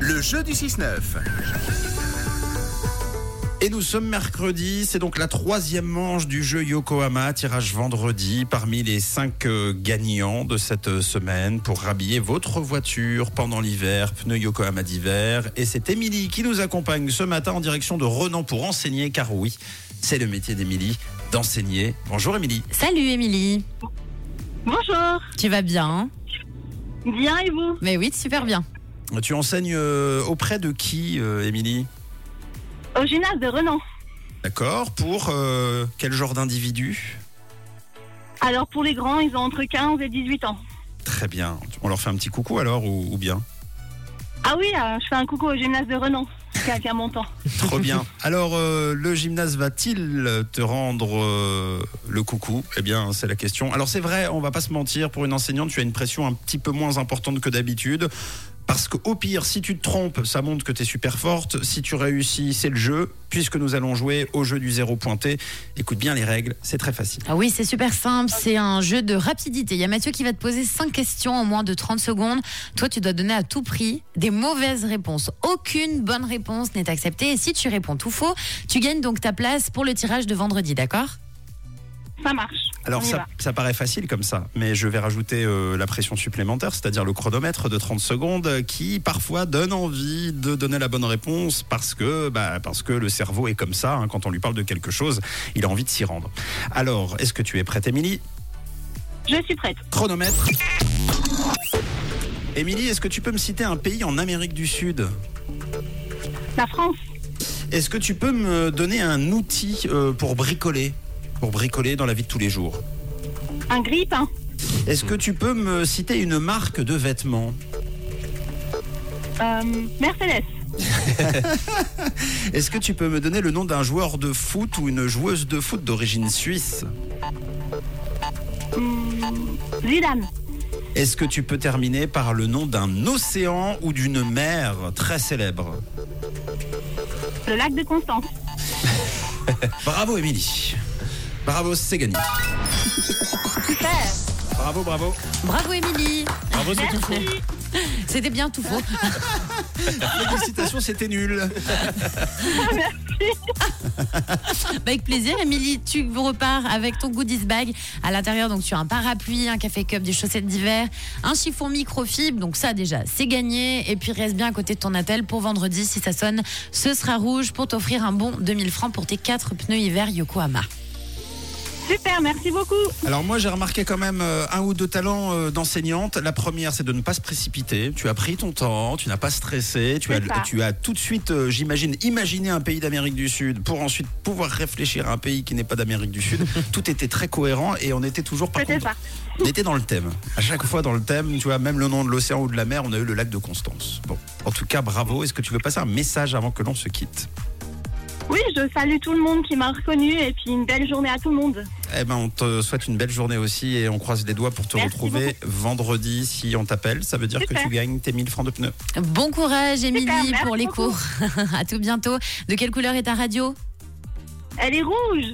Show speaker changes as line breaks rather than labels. Le jeu du 6-9.
Et nous sommes mercredi, c'est donc la troisième manche du jeu Yokohama, tirage vendredi parmi les cinq euh, gagnants de cette euh, semaine pour rhabiller votre voiture pendant l'hiver, pneus Yokohama d'hiver. Et c'est Émilie qui nous accompagne ce matin en direction de Renan pour enseigner, car oui, c'est le métier d'Émilie d'enseigner. Bonjour Émilie.
Salut Émilie,
Bonjour,
tu vas bien hein
bien et vous
Mais oui, super bien.
Tu enseignes euh, auprès de qui, euh, Émilie
Au gymnase de Renan.
D'accord, pour euh, quel genre d'individu
Alors pour les grands, ils ont entre 15 et 18 ans.
Très bien. On leur fait un petit coucou alors ou- ou bien
Ah oui, euh, je fais un coucou au gymnase de Renan, qui a, qui a mon temps.
Trop bien. Alors, euh, le gymnase va-t-il te rendre euh, le coucou Eh bien, c'est la question. Alors, c'est vrai, on va pas se mentir, pour une enseignante, tu as une pression un petit peu moins importante que d'habitude. Parce qu'au pire, si tu te trompes, ça montre que tu es super forte. Si tu réussis, c'est le jeu. Puisque nous allons jouer au jeu du zéro pointé. Écoute bien les règles, c'est très facile.
Ah oui, c'est super simple, c'est un jeu de rapidité. Il y a Mathieu qui va te poser 5 questions en moins de 30 secondes. Toi, tu dois donner à tout prix des mauvaises réponses. Aucune bonne réponse n'est acceptée et si tu réponds tout faux, tu gagnes donc ta place pour le tirage de vendredi, d'accord
Ça marche.
Alors
On y
ça,
va.
ça paraît facile comme ça, mais je vais rajouter euh, la pression supplémentaire, c'est-à-dire le chronomètre de 30 secondes euh, qui parfois donne envie de donner la bonne réponse parce que, bah, parce que le cerveau est comme ça, hein, quand on lui parle de quelque chose, il a envie de s'y rendre. Alors, est-ce que tu es prête Émilie
Je suis prête.
Chronomètre Émilie, est-ce que tu peux me citer un pays en Amérique du Sud
La France,
Est-ce que tu peux me donner un outil euh, pour bricoler Pour bricoler dans la vie de tous les jours
un grippin,
Est-ce que tu peux me citer une marque de vêtements
euh, Mercedes,
Est-ce que tu peux me donner le nom d'un joueur de foot ou une joueuse de foot d'origine suisse
Zidane,
Est-ce que tu peux terminer par le nom d'un océan ou d'une mer très célèbre
le lac de Constance.
Bravo Émilie. Bravo, c'est gagné.
Super.
Bravo, bravo.
Bravo Émilie
Bravo, c'est tout
Merci.
C'était bien tout faux.
Félicitations, c'était nul.
Bah, Avec plaisir, Émilie, tu repars avec ton goodies bag. À l'intérieur, donc, tu as un parapluie, un café cup, des chaussettes d'hiver, un chiffon microfibre. Donc, ça, déjà, c'est gagné. Et puis, reste bien à côté de ton attel pour vendredi. Si ça sonne, ce sera rouge pour t'offrir un bon 2000 francs pour tes 4 pneus hiver Yokohama.
Super, merci beaucoup.
Alors moi j'ai remarqué quand même euh, un ou deux talents euh, d'enseignante. La première c'est de ne pas se précipiter. Tu as pris ton temps, tu n'as pas stressé, tu as,
C'est ça.
tu as tout de suite, euh, j'imagine, imaginé un pays d'Amérique du Sud pour ensuite pouvoir réfléchir à un pays qui n'est pas d'Amérique du Sud. tout était très cohérent et on était toujours par
C'était
contre,
ça.
on était dans le thème. À chaque fois dans le thème, tu vois, même le nom de l'océan ou de la mer, on a eu le lac de Constance. Bon, en tout cas bravo. Est-ce que tu veux passer un message avant que l'on se quitte
Oui, je salue tout le monde qui m'a reconnu et puis une belle journée à tout le monde.
Eh ben, on te souhaite une belle journée aussi et on croise les doigts pour te
Merci
retrouver vendredi si on t'appelle. Ça veut dire que
Super.
tu gagnes tes 1000 francs de pneus.
Bon courage, Émilie,
merci
pour les
beaucoup.
cours. à tout bientôt. De quelle couleur est ta radio
Elle est rouge.